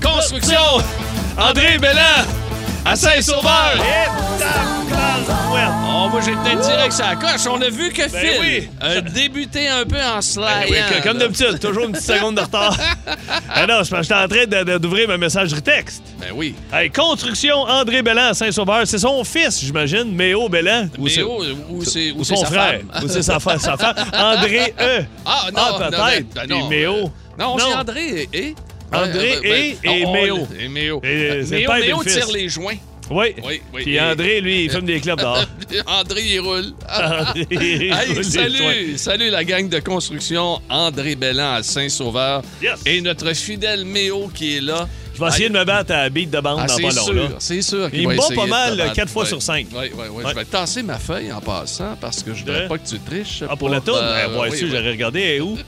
construction! André Bellan! À Saint-Sauveur! Et Eh, tabarouette. Oh, moi, j'ai peut-être direct ça coche. On a vu que Phil Ben oui. Ben a débuté un peu en slide. Ah, Oui, que- comme d'habitude, toujours une petite seconde de retard. ah non, c'est parce que j'étais en train de- de- d'ouvrir ma messagerie texte. Ben oui. Hey, construction André Bellan à Saint-Sauveur. C'est son fils, j'imagine, Méo Bellan. Ou Mais c'est- oh, ou c'est ou ou c'est son sa frère. femme. Ou c'est sa, fa- sa femme. André E. Ah, non, non, peut-être. ben, ben, Puis non. Méo. Non, c'est André et. et- André et- et on- on- Méo. Et Méo. Et euh, c'est le Méo, père et Méo le fils. tire les joints. Oui. Oui, oui, Puis et- André, lui, il fume des clubs dehors. André, il roule. André, il Hey, roule des joints. salut, salut la gang de construction André Bellan à Saint-Sauveur Yes. et notre fidèle Méo qui est là. Je vais essayer de me battre à la beat de bande Ah, dans c'est pas long. là. sûr, c'est sûr. qu'il Il va me bat essayer pas de mal, te battre. quatre fois Ouais. sur cinq. Ouais, ouais, ouais. Ouais. Je vais tasser ma feuille en passant parce que je ne De- voudrais pas que tu triches. Ah, pour la tourne? euh, ouais, oui, sûr, oui. j'aurais regardé. elle est où?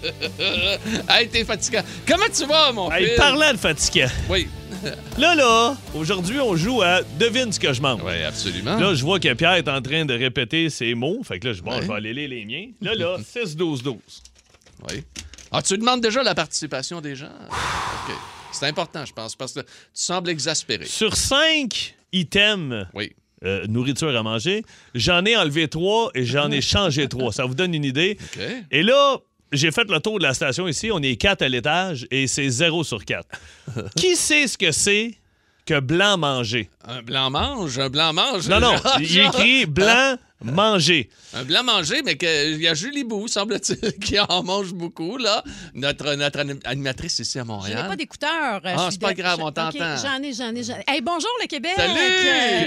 Hey, t'es fatiguant. Comment tu vas, mon Hey, fils? parlant de fatigant. Oui. Là, là, aujourd'hui, on joue à Devine ce que je mange. Oui, absolument. Là, je vois que Pierre est en train de répéter ses mots. Fait que là, je, bon, Ouais. je vais aller lire les miens. Là, là, 6-12-12. Oui. Ah, tu demandes déjà la participation des gens? OK. C'est important, je pense, parce que tu sembles exaspéré. Sur 5 items Oui. euh, nourriture à manger, j'en ai enlevé 3 et j'en ai changé 3. Ça vous donne une idée. OK. Et là, j'ai fait le tour de la station ici. On est 4 à l'étage et c'est 0 sur 4. Qui sait ce que c'est que blanc manger? Ah Un blanc mange, un blanc mange. Non, non, il est écrit blanc manger. Un blanc mangé, mais que- il y a Julie Bou, semble-t-il, qui en mange beaucoup, là. Notre, notre anim- animatrice ici à Je n'ai Montréal. pas d'écouteurs. euh, Ah, je suis c'est pas de- grave, on je- t'entend. OK, j'en ai, j'en ai, j'en ai. Hey, bonjour le Québec! Salut!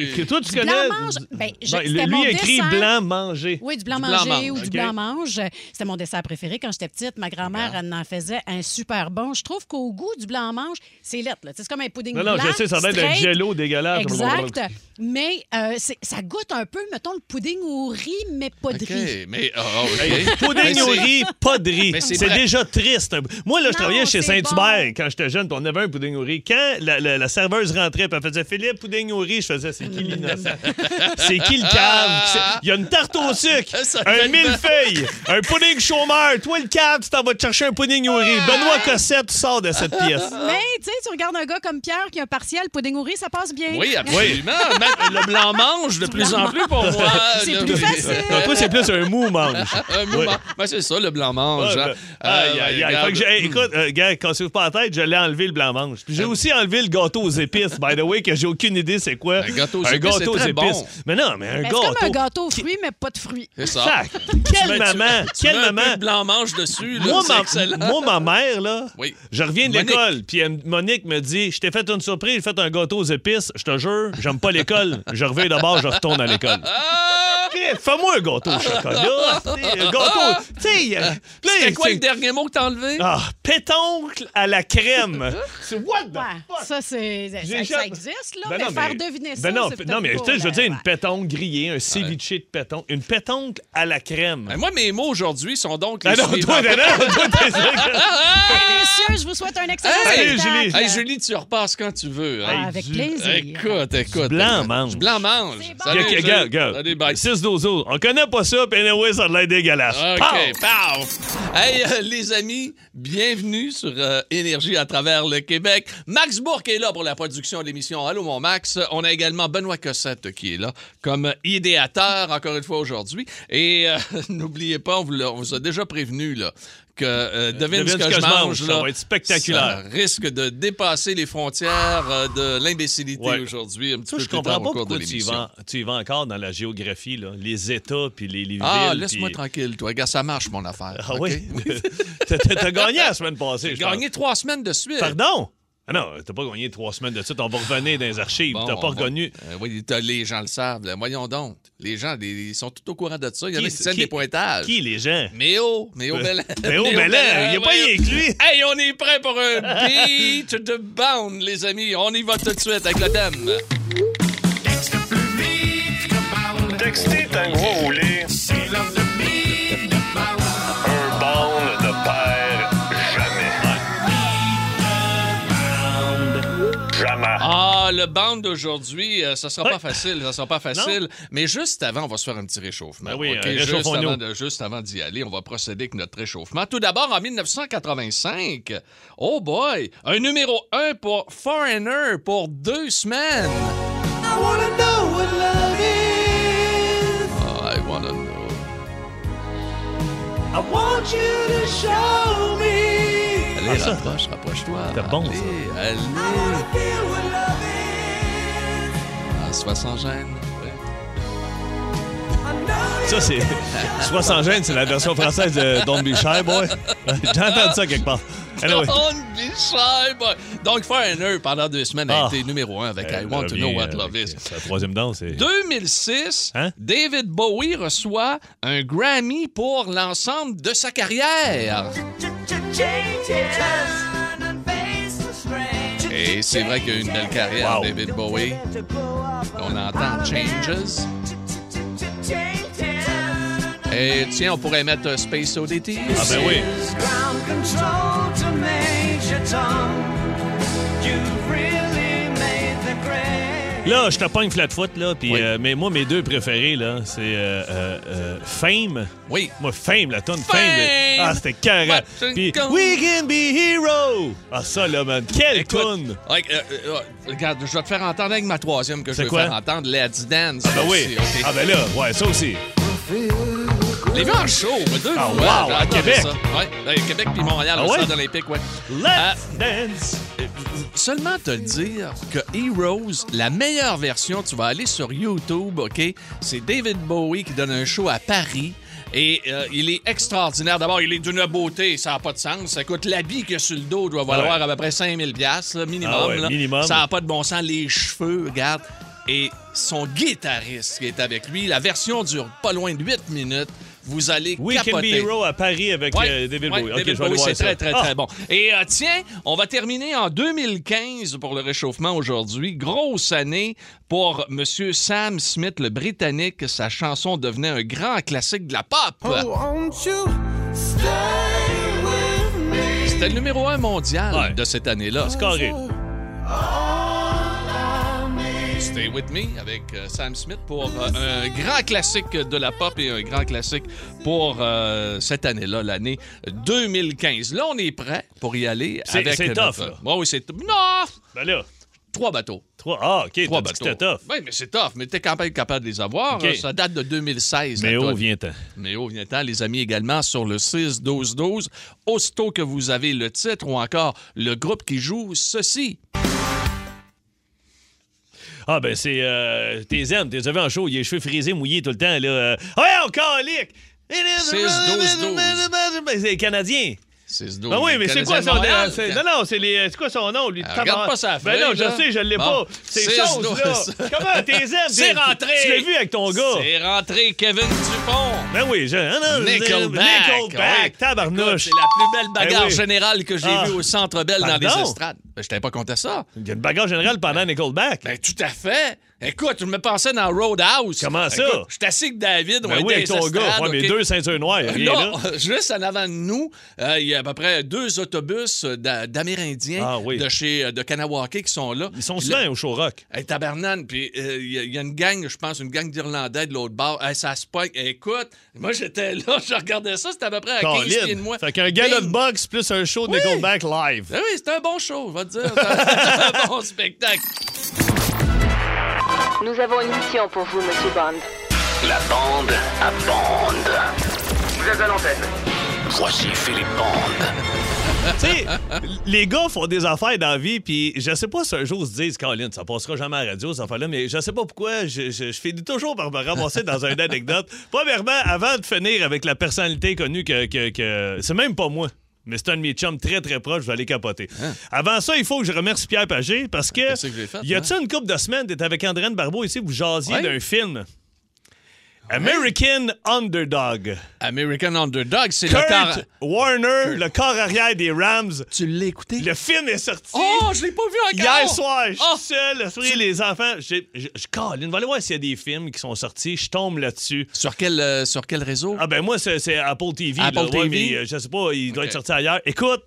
Euh, Que toi, tu du connais. blanc mange. Ben, je- Non, c'était lui mon lui écrit dessert. blanc manger. Oui, du blanc Du blanc manger mange, ou OK. du blanc mange. C'était mon dessert préféré quand j'étais petite. Ma grand-mère, elle en faisait un super bon. Je trouve qu'au goût du blanc mange, c'est lettre. là. Tu sais, C'est comme un pudding Non, non, blanc. je sais, ça va être un straight. jello dégueulasse. Exact. Mais euh, c'est- ça goûte un peu, mettons, le pudding au riz, mais pas de OK, riz. mais... ah, ah, OK. Mais Pudding c'est- au riz, pas de riz. Mais c'est C'est vrai. déjà triste. un peu. Moi, là, je Non, travaillais chez c'est Saint-Hubert bon. quand j'étais jeune, puis on avait un pudding au riz. Quand la, la- la serveuse rentrait, puis elle faisait Philippe, pudding au riz, je faisais c'est qui l'innocent C'est qui le cave C'est- Il y a une tarte au sucre, Ah! Ça un fait- millefeuille, un pudding chômeur. Toi, le cave, tu t'en vas te chercher un pudding au riz. Benoît Cossette, tu sors de cette pièce. Mais, tu sais, tu regardes un gars comme Pierre qui a un partiel, pudding au riz, ça passe bien. Oui, absolument. Même Le blanc mange de plus en plus pour moi. C'est Le- plus facile. Donc, toi, c'est plus un mou mange. Un mouvement. Ben, c'est ça, le blanc mange. hein. Ah, ben, Aïe, Euh, aïe, aïe. regarde. Fait que j'ai- hey, écoute, euh, gars, cassez-vous pas la tête, je l'ai enlevé le blanc-mange. Puis j'ai Euh, aussi enlevé le gâteau aux épices, by the way, que j'ai aucune idée c'est quoi. Un gâteau aux épices, c'est très bon. Mais non, mais un Ben, gâteau. C'est comme un gâteau aux fruits, mais pas de fruits. C'est ça. Sac. Tu Quelle mets- tu- maman, tu mets quelle un peu de maman. blanc mange dessus, là, Moi c'est excellent. ma, Ah! moi, ma mère, là, Oui. je reviens de Monique. l'école, puis elle- Monique me dit Je t'ai fait une surprise, j'ai fait un gâteau aux épices, je te jure, j'aime pas l'école. Je reviens d'abord, je retourne à l'école. Ah! Chris, Fais-moi un gâteau au chocolat, c'est- un gâteau. Tu sais, euh, là, C'était quoi c'est- le dernier mot que t'as enlevé? Ah, pétoncle à la crème. c'est what the Ouais, ça, c'est, ça, J'ai ça jamais- existe, là, Ben mais non, faire deviner ça, ben non, c'est non, mais peut-être tu sais, je veux pas, dire, ben, une ouais. pétonque grillée, un ceviche de pétoncle, une pétoncle à la crème. Ben, moi, mes mots aujourd'hui sont donc les Ah non, suivants. toi, non, non, toi, t'es Hey, messieurs, je vous souhaite un excellent Hey, spectacle. Julie. Hey, Julie, tu repasses quand tu veux. Ah, hein. avec du- plaisir. Écoute, écoute. blanc écoute. mange. Du Blanc mange. C'est bon. Salut, Ok, Julie. gars, gars. Salut, bye. 6 12 12. On connaît pas ça, puis anyway, ça a de l'air dégueulasse. Pow! Ah, OK, paf! Hey, euh, les amis, bienvenue sur euh, Énergie à travers le Québec. Max Bourque est là pour la production de l'émission Allô, mon Max. On a également Benoît Cossette qui est là comme idéateur, encore une fois, aujourd'hui. Et euh, n'oubliez pas, on vous, l'a- on vous a déjà prévenu, là, que euh, devine, ce que, je mange, ça là, va être spectaculaire. ça risque de dépasser les frontières euh, de l'imbécilité Ouais. aujourd'hui, un petit Toi, peu je plus comprends tard pas au cours de pourquoi tu y, l'émission. vas, tu y vas encore dans la géographie, là, les États puis les, les Ah, villes. laisse-moi puis- tranquille, toi. Regarde, ça marche, mon affaire. Ah OK? oui? T'as- t'as t'as gagné la semaine passée. J'ai je pense. gagné trois semaines de suite. Pardon? Ah non, t'as pas gagné trois semaines de suite. On va revenir dans les archives. Bon, t'as pas on va- reconnu. Euh, oui, t'as- les gens le savent. là. Voyons donc. Les gens, les- ils sont tout au courant de ça. Il y en a Qui- qui tiennent qui- des pointages. Qui, les gens? Méo, Méo Bellin. Méo Bellin, il a pas voyons. rien que lui. Hey, on est prêt pour un beat de bound, les amis. On y va tout de suite avec le thème. Texter tango roulé. Un bond de père jamais. Jamais. maman. Ah, le band d'aujourd'hui, euh, ça sera Ouais. pas facile, ça sera pas facile. Mais juste avant, on va se faire un petit réchauffement. Ben oui, OK? euh, juste, réchauffons-nous. avant de- juste avant d'y aller, on va procéder avec notre réchauffement. Tout d'abord, en 1985, oh boy, un numéro 1 pour Foreigner pour deux semaines. Ah, I wanna know. Allez, Ah, ça. rapproche, rapproche-toi. C'était bon, Allez, ça. allez. Ah, sois sans gêne. Ouais. Ça, c'est. 60 gènes, c'est la version française de Don't Be Shy, boy. J'ai entendu ça quelque part. Anyway. Don't be shy, boy. Donc, Foreigner, pendant deux semaines, a Ah. été numéro un avec I Elle Want to revient Know What avec euh, Love Is. Sa troisième danse, c'est. 2006, Hein? David Bowie reçoit un Grammy pour l'ensemble de sa carrière. Et c'est vrai qu'il a eu une belle carrière, Wow. David Bowie. On entend Changes. Et tiens, on pourrait mettre euh, Space Oddity. Ah, ben oui. Là, je te pogne flat-foot, là. Puis, Oui. euh, mais moi, mes deux préférés, là, c'est euh, euh, euh, Fame. Oui. Moi, Fame, la tonne Fame! Fame. là. Ah, c'était carré. But- Puis, We can be hero. Ah, ça, là, man. Quelle Écoute, tonne. ouais, euh, euh, regarde, je vais te faire entendre avec ma troisième que je C'est vais quoi? faire entendre, Let's Dance. Ah, ben oui. aussi, OK? Ah, ben là, ouais, ça aussi. Les vus en show, mais deux Ah, fois, wow, j'ai à adoré Québec. ça. Ouais, là, Québec puis Montréal, Ah au ouais? stade olympique, ouais. Ah. Euh, Let's dance. Seulement te le dire que Heroes, la meilleure version, tu vas aller sur YouTube, OK? C'est David Bowie qui donne un show à Paris. Et euh, il est extraordinaire. D'abord, il est d'une beauté, ça n'a pas de sens. Écoute, l'habit qu'il a sur le dos doit valoir Ah Ouais. à peu près 5000 pièces minimum. Ah ouais, là. minimum. Ça n'a pas de bon sens. Les cheveux, regarde. Et son guitariste qui est avec lui, la version dure pas loin de 8 minutes. Vous allez We can capoter. be hero à Paris avec Ouais, euh, David ouais, Bowie. Ok, David je vais aller Bowie, voir c'est ça. très, très, Ah, très bon. Et euh, tiens, on va terminer en 2015 pour le réchauffement aujourd'hui. Grosse année pour Monsieur Sam Smith, le Britannique. Sa chanson devenait un grand classique de la pop. Oh! C'était le numéro un mondial Ouais. Oh! de cette année-là. C'est carré. Stay With Me avec euh, Sam Smith pour euh, un grand classique de la pop et un grand classique pour euh, cette année-là, l'année 2015. Là, on est prêt pour y aller C'est- avec... c'est notre- tough, là. Ouais, oui, c'est... Non! Ben là, Trois bateaux. trois. Ah, OK, Trois t'as dit que bateaux. c'était tough. Oui, mais c'est tough. Mais t'es quand même capable de les avoir. OK. Euh, Ça date de 2016. Mais la oh, tonne. viens-t'en. Mais au vient-temps, les amis, également sur le 6-12-12. Aussitôt que vous avez le titre ou encore le groupe qui joue ceci. Ah, ben c'est. Euh, t'es aimes, t'es avais en chaud, il a les cheveux frisés, mouillés tout le temps, là. Euh, ouais, on calique! 6-12-12. Ben, C'est canadien. 6-12. Ah oui, mais c'est quoi son nom? Montréal, C'est- Non, non, c'est les. euh, C'est quoi son nom? Lui, Ah, regarde tabarnak. pas Ben sa feuille, non, là. je sais, je l'ai Bon. pas. C'est Six, chose, douze. là. Comment t'es aimes? C'est t'es- rentré. Tu l'as vu avec ton gars. C'est rentré Kevin Dupont. Ben oui, je. ah non, Nickelback. Nickelback, oui. Écoute, tabarnouche. C'est la plus belle bagarre Eh oui. générale que j'ai Ah. vue au Centre Bell dans les Pardon? estrades. Ben, je t'avais pas compté ça. Il y a une bagarre générale pendant Nickelback. Ben, tout à fait. Écoute, je me pensais dans Roadhouse. Comment ça? Écoute, Je suis assis avec David. on Ben était oui, avec dans ton les gars. estrades, Ouais, mais OK? Euh, deux ceintures noires, rien là. Non, juste en avant de nous, euh, il y a à peu près deux autobus euh, d'a- d'Amérindiens Ah oui. de chez euh, de Kanawake qui sont là. Ils sont Le- souvent au show rock. Hey, tabarnane, puis euh, il y, a- il y a une gang, je pense, une gang d'Irlandais de l'autre bord. Hey, ça se pogne. Écoute, moi j'étais là, je regardais ça, c'était à peu près à 15 Colin. pieds de moi. Fait qu'un gala de Bing. boxe plus un show de Oui. Nickelback live. Ah oui, c'était un bon show, je vais te dire. C'était un bon spectacle. Nous avons une mission pour vous, Monsieur Bond. La bande à bande. Vous êtes à l'antenne. Voici Philippe Bande. tu sais, les gars font des affaires dans la vie, puis je sais pas si un jour ils se disent, Colin, ça passera jamais à la radio, cette affaire-là, mais je sais pas pourquoi, je, je, je finis toujours par me ramasser dans une anecdote. Premièrement, avant de finir avec la personnalité connue que. que, que- c'est même pas moi. Mais c'est un de mes chums très, très proche, je vais aller capoter. Avant ça, il faut que je remercie Pierre Pagé parce que. Hein? Qu'est-ce que j'ai fait, hein? y a-tu une couple de semaines, t'étais avec Andréane Barbeau ici, vous jasiez Ouais. d'un film. American Underdog. American Underdog, c'est le Kurt car... Warner, le corps arrière des Rams. Tu l'as écouté? Le film est sorti. Oh, je l'ai pas vu encore! Hier soir, je suis Oh! seul, le soir, les enfants. j'ai- Je je cale. On va aller voir s'il y a des films qui sont sortis. Je tombe là-dessus. Sur quel, euh, sur quel réseau? bah, Ah ben moi, c'est c'est Apple TV. là. Apple Ouais, TV? mais, euh, je sais pas, il doit Ok. être sorti ailleurs. Écoute,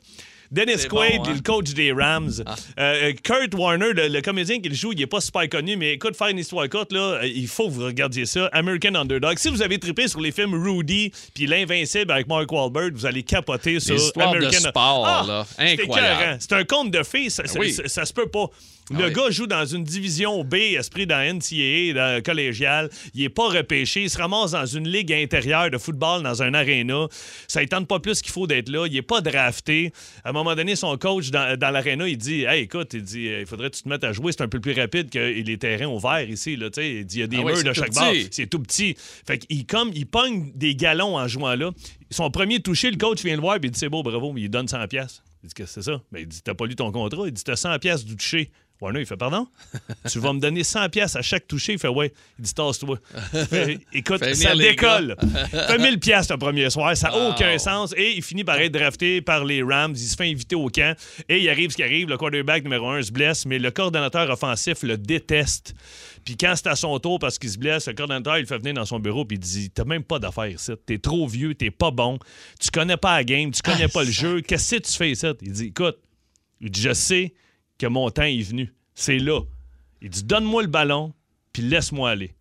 Dennis C'est Quaid, bon, hein? Ah. le coach des Rams. Euh, Kurt Warner, le, le comédien qui le joue, il est pas super connu, mais écoute, faire une histoire courte, là, euh, il faut que vous regardiez ça. American Underdog. Si vous avez trippé sur les films Rudy puis L'Invincible avec Mark Wahlberg, vous allez capoter sur histoires de American Ah, sport, là. c'est Incroyable. Ben écœurant. C'est un conte de fées, ça, ça- oui. ça- ça se peut pas. Le Ah oui. gars joue dans une division B, esprit dans NCAA, dans collégial. Il est pas repêché. Il se ramasse dans une ligue intérieure de football, dans un aréna. Ça ne tente pas plus qu'il faut d'être là. Il est pas drafté. À un moment donné, son coach dans, dans l'aréna, il dit Hey, écoute, il dit, euh, il faudrait que tu te mettes à jouer. C'est un peu plus rapide que les terrains ouverts ici. Là, tu sais. il dit Il y a des Ah oui, murs c'est de tout chaque petit. bord. C'est tout petit. Fait qu'il comme, il pogne des galons en jouant là. Son premier touché, le coach vient le voir et il dit C'est beau, bravo, mais il donne 100$. piastres. Il dit Qu'est-ce que c'est ça ben, Il dit T'as pas lu ton contrat. Il dit T'as 100$ piastres du touché. Warner, il fait Pardon Tu vas me donner 100$ piastres à chaque touché. Il fait Ouais. Il dit Tasse-toi. Il fait, Écoute, Fais venir ça les décolle. fait 1000$ piastres le premier soir. Ça n'a Wow. aucun sens. Et il finit par être drafté par les Rams. Il se fait inviter au camp. Et il arrive ce qui arrive. Le quarterback numéro 1 se blesse, mais le coordonnateur offensif le déteste. Puis quand c'est à son tour parce qu'il se blesse, le coordonnateur, il le fait venir dans son bureau puis il dit T'as même pas d'affaires ici. T'es trop vieux, t'es pas bon. Tu connais pas la game, tu connais pas le jeu. Qu'est-ce que tu fais ici Il dit Écoute, il dit, je sais que mon temps est venu. C'est là. Il dit Donne-moi le ballon, puis laisse-moi aller.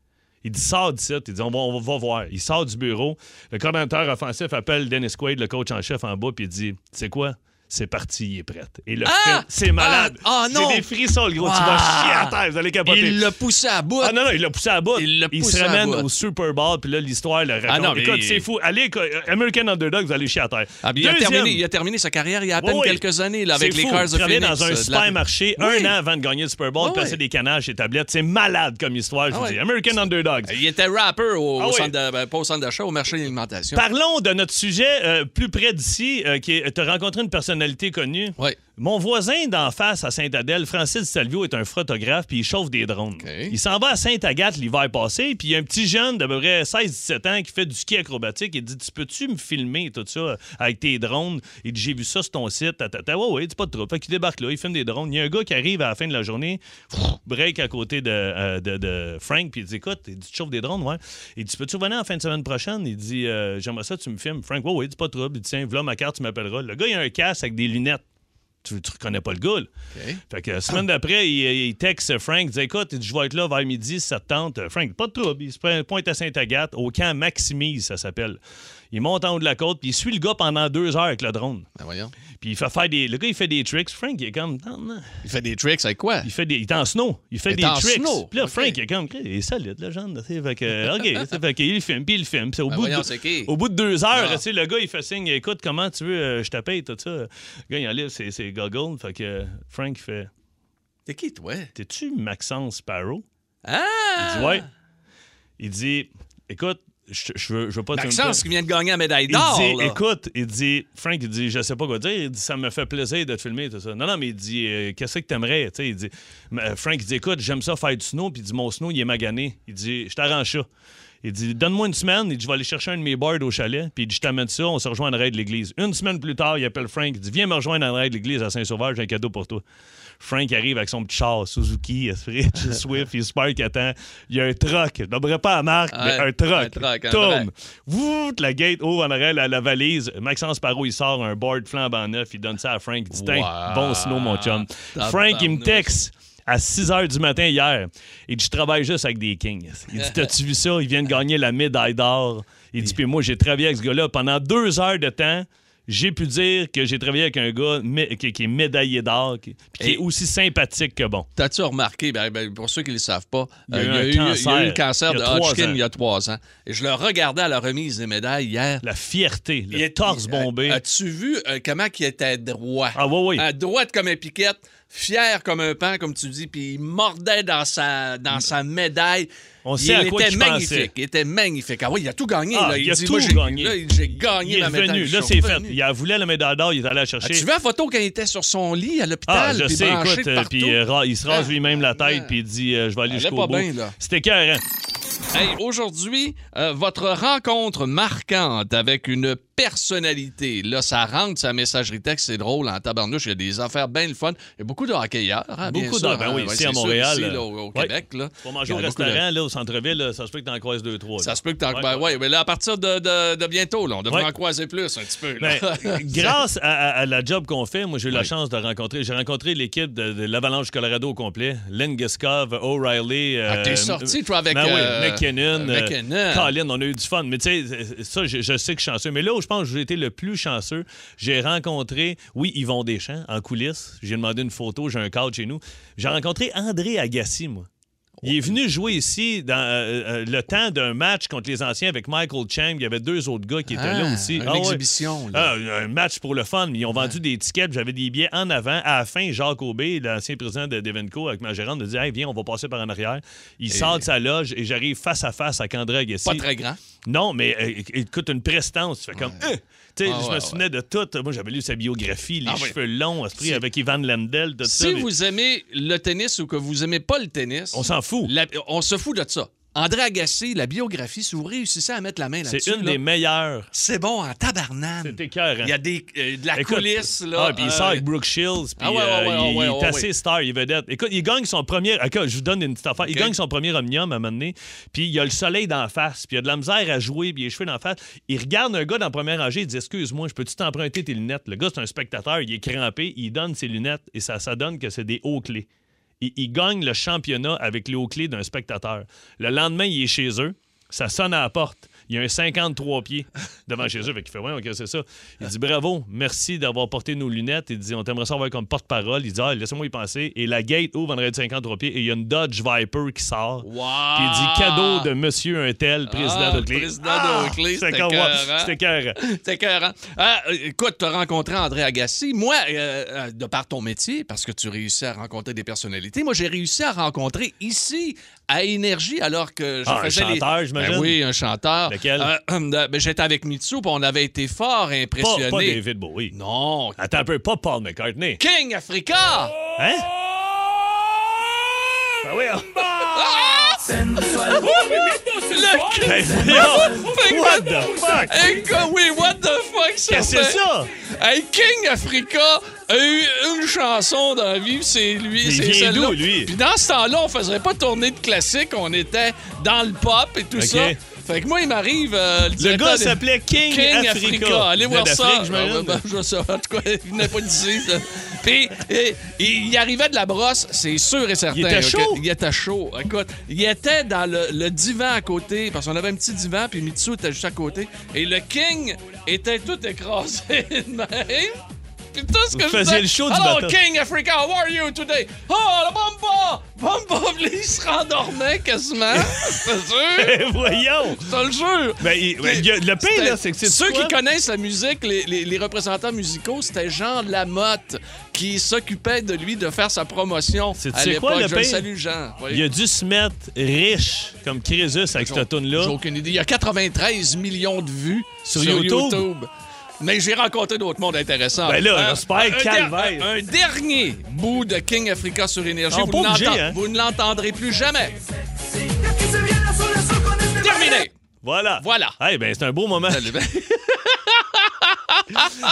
Il dit Sors d'ici. Il dit On va, on va voir. Il sort du bureau. Le coordonnateur offensif appelle Dennis Quaid, le coach en chef en bas, puis il dit C'est quoi c'est parti, il est prêt. Et le Ah! film, c'est malade. Ah, ah, non! J'ai des frissons, le gros. Tu Wow! vas chier à terre, vous allez capoter. Il l'a poussé à bout. bah, Ah non, non, il l'a poussé à bout. Il l'a poussé se à ramène bout. au Super Bowl, puis là, l'histoire le raconte. Ah non, mais- Écoute, c'est fou. Allez, éco- American Underdog, vous allez chier à terre. Ah, puis il, a Deuxième. terminé, il a terminé sa carrière il y a à peine Oui, oui. quelques années là, avec C'est les fou. Cars of Travailler Phoenix. dans euh, un de la- supermarché Oui. un an avant de gagner le Super Bowl, Ah, passer oui. des canages et tablettes. C'est malade comme histoire, je Ah, vous oui. dis. American Underdog. Ah, Il était rapper au, Ah au oui. centre de- ben, pas au centre d'achat, au marché d'alimentation. Parlons de notre sujet euh, plus près d'ici, euh, qui est, t'as rencontré une personnalité connue. Oui. Mon voisin d'en face à Sainte-Adèle, Francis Salvio, est un photographe puis il chauffe des drones. Il s'en va à Sainte-Agathe l'hiver passé, puis il y a un petit jeune d'à peu près 16-17 ans qui fait du ski acrobatique. Il dit Tu peux-tu me filmer tout ça avec tes drones Il dit J'ai vu ça sur ton site. Ta, ta, ta. Ouais, ouais, c'est pas de trouble. Fait qu'il débarque là, il filme des drones. Il y a un gars qui arrive à la fin de la journée, pff, break à côté de, euh, de- de Frank, puis il dit Écoute, il dit, tu chauffes des drones, ouais. Il dit Peux-tu venir en fin de semaine prochaine Il dit Euh, J'aimerais ça, que tu me filmes. Frank, ouais, ouais, c'est pas de trouble. Il dit Tiens, voilà ma carte, tu m'appelleras. Le gars, il a un casque avec des lunettes tu, tu reconnais pas le gars. là. Fait que la semaine d'après, il, il texte Frank, il dit Écoute, je vais être là vers midi si ça te tente. Euh, Frank, pas de trouble. Il se prend- pointe à Sainte-Agathe, au camp Maximise, ça s'appelle. Il monte en haut de la côte, puis il suit le gars pendant deux heures avec le drone. Ben, voyons. Puis il fait faire des. Le gars, il fait des tricks. Frank, il est comme. Non, non. Il fait des tricks avec quoi? Il fait des. Il est en snow. Il fait Il est des en tricks. snow. Puis là, OK. Frank, il est comme. Il est solide, le jeune. tu sais. Fait que. OK. tu sais, fait que il le filme, puis il le filme. Puis au, Ben bout voyons, de, c'est qui? au bout de deux heures, Ah. tu sais, le gars, il fait signe écoute, comment tu veux, euh, je te paye, tout ça. Le gars, il enlève ses, ses goggles. Fait que euh, Frank, il fait T'es qui, toi? T'es-tu Maxence Sparrow Il Ah! dit Ouais. Il dit Écoute, je je veux, je veux pas te- Maxence qui vient de gagner la médaille il d'or. dit, là. écoute, il dit, Frank, il dit, je sais pas quoi dire. Il dit, ça me fait plaisir de te filmer, tout ça. Non, non, mais il dit, euh, qu'est-ce que t'aimerais? Tu sais, il dit, M- euh, Frank, il dit, écoute, j'aime ça faire du snow, puis il dit, mon snow, il est magané. Il dit, je t'arrange ça. Il dit, donne-moi une semaine. Il dit, je vais aller chercher un de mes boards au chalet, puis il dit, je t'amène ça, on se rejoint à la raid de l'église. Une semaine plus tard, il appelle Frank, il dit, viens me rejoindre à la raid de l'église à Saint-Sauveur, j'ai un cadeau pour toi. Frank arrive avec son petit char, Suzuki, Esprit, Swift, il se perd qu'il attend. Il y a un truck, je n'aimerais pas la marque, mais Ouais, un truck. un truck, un Tourne. vrai. Wouh, la gate ouvre en arrière, la, la valise. Maxence Parot, il sort un board flambant neuf, il donne ça à Frank. Il dit, Tiens, Wow. bon snow, mon chum. Tabarnouche. Frank, il me texte à 6 h du matin hier. Il dit, je travaille juste avec des kings. Il dit, t'as-tu vu ça? Il vient de gagner la médaille d'or. Il dit, puis moi, j'ai travaillé avec ce gars-là pendant deux heures de temps. J'ai pu dire que j'ai travaillé avec un gars mé- qui, qui est médaillé d'or, qui, puis qui Et- est aussi sympathique que bon. T'as-tu remarqué, ben, ben, pour ceux qui ne le savent pas, Il y a euh, eu un il, y a eu, il y a eu le cancer cancer il y de a trois Hodgkin ans. il y a trois ans. Et je le regardais à la remise des médailles hier. La fierté, le torse bombé. Euh, As-tu vu euh, comment il était droit? ah oui, oui. Euh, droite comme un piquette, fier comme un pan, comme tu dis, puis il mordait dans sa, dans sa médaille. On il sait à était quoi qu'il magnifique. pensait. Il était magnifique. Ah oui, il a tout gagné. Ah, là. il a dit, tout moi, j'ai- gagné. là, il- j'ai gagné Il est la médaille. revenu. Ils Là, sont c'est fait. revenus. Il a voulait la médaille d'or. Il est allé la Ah, chercher. tu vois la photo quand il était sur son lit à Ah, l'hôpital? je puis sais, branché écoute, de euh, partout? puis euh, ra- il se rase Ah, lui-même la ah. tête, puis il dit euh, Je vais aller Allait jusqu'au pas bout. bien, là. C'était écœurant. Hey, aujourd'hui, euh, votre rencontre marquante avec une personnalité. Là, ça rentre sa messagerie texte, c'est drôle en tabarnouche. Il y a des affaires bien le fun. Il y a beaucoup de hockeyeurs. hein, bien Beaucoup sûr, de- ben hein. oui, ici à c'est sûr, Montréal, ici, euh, là, au, au ouais. Québec. Là. Pour manger au Il y en a beaucoup de- restaurant, là, au centre-ville, là, ça se peut que t'en croises deux, trois. là. Ça se peut que t'en... Ouais, ben ouais. ouais, mais là, à partir de, de- de bientôt, là, on devrait Ouais. en croiser plus un petit peu. là. Ben, grâce à, à- à la job qu'on fait, moi, j'ai eu la Oui. chance de rencontrer. J'ai rencontré l'équipe de, de l'Avalanche du Colorado au complet. Len Guskov, O'Reilly. Ah, euh, t'es sorti, toi, avec, Ben oui, euh, McKinnon. euh, euh, McKinnon. Colin, on a eu du fun. Mais tu sais, ça, je, je sais que je suis chanceux. Mais là où je pense que j'ai été le plus chanceux, j'ai rencontré, oui, Yvon Deschamps en coulisses. J'ai demandé une photo, j'ai un cadre chez nous. J'ai rencontré André Agassi, moi. Il est venu jouer ici dans euh, euh, le temps d'un match contre les anciens avec Michael Chang. Il y avait deux autres gars qui étaient là Ah, aussi. une Ah ouais. exhibition, là. Ah, un match pour le fun. mais Ils ont vendu des tickets. J'avais des billets en avant. À la fin, Jacques Aubé, l'ancien président de Devenco, avec ma gérante, me dit Hey, viens, on va passer par en arrière. Il sort de sa loge et j'arrive face à face avec André Agassi. Pas très grand. Non, mais euh, éc- écoute, une prestance. Tu fais comme. Euh! Tu sais, Ah, je ouais, me souvenais de tout. Moi, j'avais lu sa biographie, les Ah, oui. cheveux longs, à ce prix, Si- avec Ivan Lendl. Tout ça, Si les- vous aimez le tennis ou que vous aimez pas le tennis, On s'en fout. la- on se fout de ça. André Agassi, la biographie, si vous réussissez à mettre la main C'est là-dessus, une là, des meilleures. c'est bon en tabarnane. C'est écœurant. Il y a des, euh, de la Écoute, coulisse. Là, Ah, puis il euh, sort avec Brooke Shields. Puis Ah ouais, ouais, euh, ouais, il, ouais, il ouais, est assez ouais. star, il est vedette. Écoute, il gagne son premier. ok, je vous donne une petite affaire. Il Ok. gagne son premier omnium à un moment donné. Puis il a le soleil d'en face. Puis il a de la misère à jouer. Puis il a les cheveux d'en face. Il regarde un gars dans la première rangée. Il dit Excuse-moi, je peux-tu t'emprunter tes lunettes Le gars, c'est un spectateur. Il est crampé. Il donne ses lunettes. Et ça, ça donne que c'est des hauts clés. Il, il gagne le championnat avec les hauts clés d'un spectateur. Le lendemain, il est chez eux. Ça sonne à la porte. Il y a un 53 pieds devant chez eux. Fait qu'il fait Ouais, OK, c'est ça. Il dit Bravo, merci d'avoir porté nos lunettes. Il dit On t'aimerait savoir comme porte-parole. Il dit Ah, laissez-moi y penser. Et la gate ouvre vendredi 53 pieds et il y a une Dodge Viper qui sort. Wow! Puis il dit Cadeau de monsieur un tel, président Ah, d'Oakley. président d'Oakley, c'était c'était comme, ouais, écœurant. C'était écœurant. C'est écœurant. Ah, euh, écoute, tu as rencontré André Agassi. Moi, euh, euh, de par ton métier, parce que tu réussis à rencontrer des personnalités, moi, j'ai réussi à rencontrer ici, à Énergie, alors que je Ah, un faisais les- chanteur, j'imagine? Ben oui, un chanteur. Lequel? Euh, hum, euh, ben, J'étais avec Mitsu, puis on avait été fort Pas, impressionnés. pas David Bowie. Non. Attends un peu, pas Paul McCartney. King Africa! Hein? Oh! Ben oui, hein? Le King... Ben voyons! What the fuck? Hey, gars, oui, what the fuck, Qu'est-ce que c'est ça? Hey, King Africa a eu une chanson dans la vie, puis c'est lui, Il c'est vient celle-là. d'où, lui? Puis dans ce temps-là, on faisait pas tourner de classique, on était dans le pop et tout Ok. ça. Fait que moi, il m'arrive... euh, le Le directeur gars des- s'appelait King, King Africa. Africa. Allez Il voir venait ça. d'Afrique, Ah, j'imagine. ben, je sais pas. En tout cas, il venait pas d'ici. ça. Puis, et- il arrivait de la brosse, c'est sûr et certain. Il était ok? chaud. Il était chaud. Écoute, il était dans le, le divan à côté, parce qu'on avait un petit divan, puis Mitsu était juste à côté. Et le King était tout écrasé de même. Puis tout ce que Vous je faisiez disais, le show du Hello, bâton. King Africa, how are you today? Oh, la bomba! Bomba! Puis là, Il se rendormait quasiment. c'est sûr. Ben voyons! Je te le jure. Ben, il- ben, il y a- le pire, là, c'est que c'est Ceux qui connaissent la musique, les, les- les représentants musicaux, c'était Jean Lamotte qui s'occupait de lui de faire sa promotion. C'est- à c'est l'époque. quoi le Je le pire? salue, Jean. Oui. Il a dû se mettre riche comme Crésus avec cette J'ai tune-là. aucune idée. Il y a 93 millions de vues Sur sur, YouTube. YouTube. Mais j'ai rencontré d'autres mondes intéressants. Ben là, Euh, j'espère, un, der- calvaire. un dernier bout de King Africa sur Énergie. Ah, vous, pas ne obligé, l'entend- hein? vous ne l'entendrez plus jamais. Terminé. Voilà. Voilà. Hey, ben, c'est un beau moment. Salut, ben.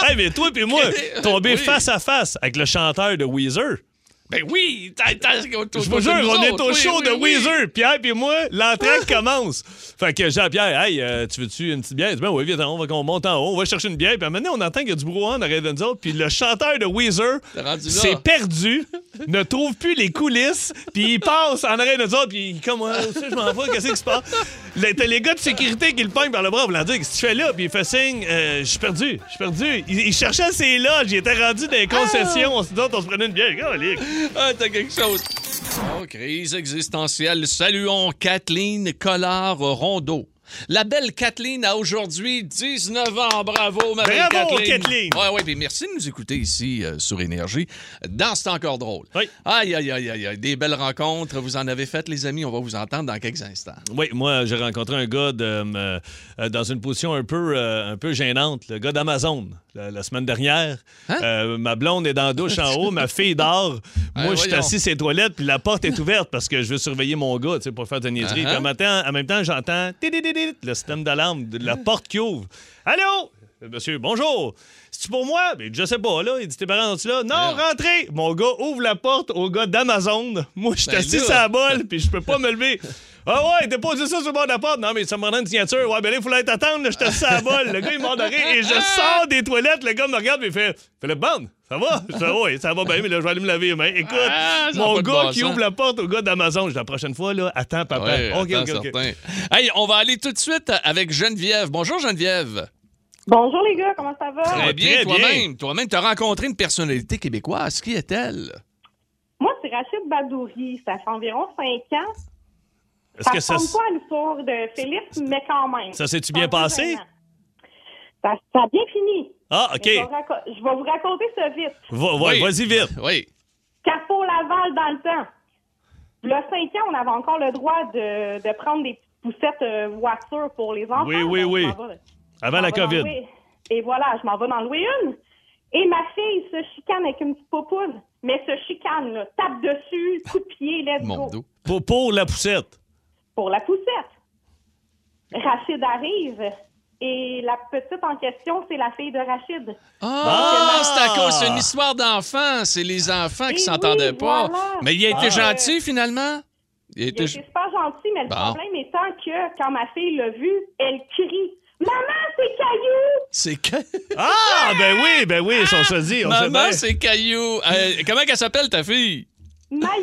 hey, mais toi puis moi, tomber Oui. face à face avec le chanteur de Weezer. Ben oui, t'as- t'as- autour- Je vous autour jure, de nous on est autres. au Oui, show oui, de oui. Ah. Weezer. Pierre puis moi, l'entraide commence. Fait que Jean-Pierre, hey, euh, tu veux-tu une petite bière? Il dit, ben oui, viens, on va qu'on monte en haut, on va chercher une bière. Puis maintenant, on entend qu'il y a du brouhaha en arrière de nous autres. Puis le chanteur de Weezer T'es rendu là. s'est perdu, ne trouve plus les coulisses, puis il passe en arrière de nous autres. Puis il comme, Ah, où c'est que je m'en vais, qu'est-ce qui se passe? Là, T'as les gars de sécurité qui le pognent par le bras pour leur dire, qu'est-ce que tu fais là? Puis il fait signe, Euh, je suis perdu, je suis perdu. Il, il cherchait ses loges, il était rendu dans les concessions. On se dit, on se prenait une bière. Calique. Ah, t'as quelque chose. Oh, crise existentielle. Saluons Kathleen Collard-Rondeau. La belle Kathleen a aujourd'hui 19 ans. Bravo, ma belle Bravo, Kathleen. Kathleen. Ouais, ouais, puis merci de nous écouter ici euh, sur Énergie. Dans C'est encore drôle. Oui. Aïe, aïe, aïe, aïe, aïe. Des belles rencontres. Vous en avez faites, les amis. On va vous entendre dans quelques instants. Oui, moi, j'ai rencontré un gars de, euh, euh, dans une position un peu, euh, un peu gênante, le gars d'Amazon, la, la semaine dernière. Hein? Euh, ma blonde est dans la douche en haut, ma fille dort. Moi, Ouais, je suis voyons. assis sur les toilettes, puis la porte est ouverte parce que je veux surveiller mon gars, tu sais, pour faire de niaiserie. Uh-huh. Puis en même temps- en même temps, j'entends tididididit, le système d'alarme de la porte qui ouvre. Allô? Monsieur, bonjour. C'est-tu pour moi? Ben, je sais pas, là. Il dit, tes parents sont là? Non, Merde. rentrez! Mon gars ouvre la porte au gars d'Amazon. Moi, je suis Ben assis là. sur la bolle, puis je peux pas me lever. Ah ouais, déposez ça sur le bord de la porte. Non, mais ça me rendait une signature. Ouais, ben là, il faut être attendre, là, je suis assis sur la bolle. Le gars, il m'a endoré et je sors des toilettes. Le gars me regarde et il fait Philippe Bond, ça va? Je fais, ouais, ça va bien, mais là, je vais aller me laver les mains. Écoute, Ah, ça a mon pas de gars bon qui sens. ouvre la porte au gars d'Amazon, je dis, la prochaine fois, là, attends, papa. Ouais, OK, attends, OK, OK. certain. Hey, on va aller tout de suite avec Geneviève. Bonjour Geneviève. Bonjour les gars, comment ça va? va Très bien, très bien. toi-même. Toi-même, tu as rencontré une personnalité québécoise. Qui est-elle? Moi, c'est Rachid Badouri. Ça fait environ 5 ans. Est-ce Ça que ça, ressemble pas à l'histoire de Philippe, mais quand même. ça s'est-tu bien passé? Ça, ça a bien fini. Ah, Mais Je vais, OK. vous raco- je vais vous raconter ça vite. Va- ouais, Oui. Vas-y vite. Oui. Capot Laval dans le temps. Le 5 ans, on avait encore le droit de, de prendre des petites poussettes euh, voiture pour les enfants. Oui, oui, Donc, oui. je m'en vais- Avant je la m'en vais en COVID. louer- Et voilà, je m'en vais dans louer une. Et ma fille se chicane avec une petite popoule. Mais se chicane, là. Tape dessus, coup de pied, let's Mon go. dos. Pour, pour la poussette. Pour la poussette. Rachid arrive. Et la petite en question, c'est la fille de Rachid. Ah! Ah, c'est à cause c'est une histoire d'enfants. C'est les enfants Eh qui oui, s'entendaient pas. voilà. Mais il a été Ah. gentil, finalement. Il a Il été... était super gentil, mais le Bon. problème étant que quand ma fille l'a vu, elle crie Maman, c'est Caillou! C'est que... Ah, ben oui, ben oui, ils sont saisis. On sait Maman, bien. c'est Caillou. Euh, comment qu'elle s'appelle, ta fille? Maïka!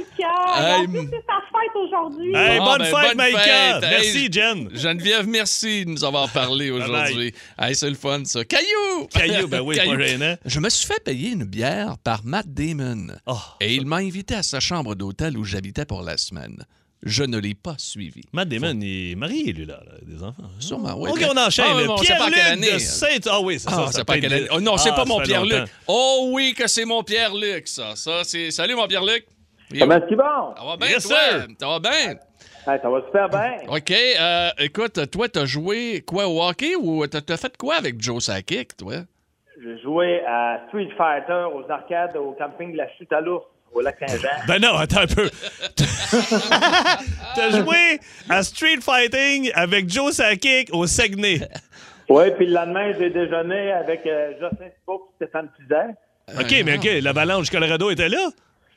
Hey, En m- plus, c'est sa fête aujourd'hui! Hey, Bon, bonne ben, fête, bonne Maïka. fête. Merci, Hey, Jen. Geneviève, merci de nous avoir parlé aujourd'hui. Hey, c'est le fun, ça. Caillou! Caillou, ben oui, pas gênant. Je me suis fait payer une bière par Matt Damon. Oh. Et il m'a invité à sa chambre d'hôtel où j'habitais pour la semaine. Je ne l'ai pas suivi. Matt Damon, il est marié, lui, là, là, des enfants. hein? Sûrement, oui. OK, on enchaîne. Ah, oui, mais on sait pas à quelle Pierre-Luc de année. Saint... Ah oui, c'est Ah, ça. ça c'est pas peut quelle être- année. Oh, non, c'est Ah, pas mon ça fait Pierre-Luc. longtemps. Oh oui, que c'est mon Pierre-Luc, ça. Ça, c'est... Salut, mon Pierre-Luc. Comment est-ce qu'il va? Ça va bien, Yes, toi? sir. Ça va bien? Hey, ça va super bien. OK. euh, écoute, toi, t'as joué quoi au hockey ou t'as, t'as fait quoi avec Joe Sakic, toi? J'ai joué à Street Fighter aux arcades au camping de la Chute à l'Ours au lac Saint-Jean. Ben non, attends un peu. T'as joué à Street Fighting avec Joe Sakic au Saguenay. oui, puis le lendemain, j'ai déjeuné avec euh, Jocelyn Thibault et Stéphane Pizan. Ah, OK, mais OK, l'avalanche Colorado était là.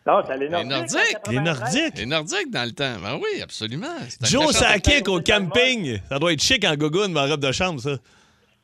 Non, c'est les Les Nordiques. Nordiques. Les Nordiques. Les Nordiques dans le temps. Ben oui, absolument. C'est un Joe méchant- Sakic au camping. Ça doit être chic en gogoon, mais en robe de chambre, ça.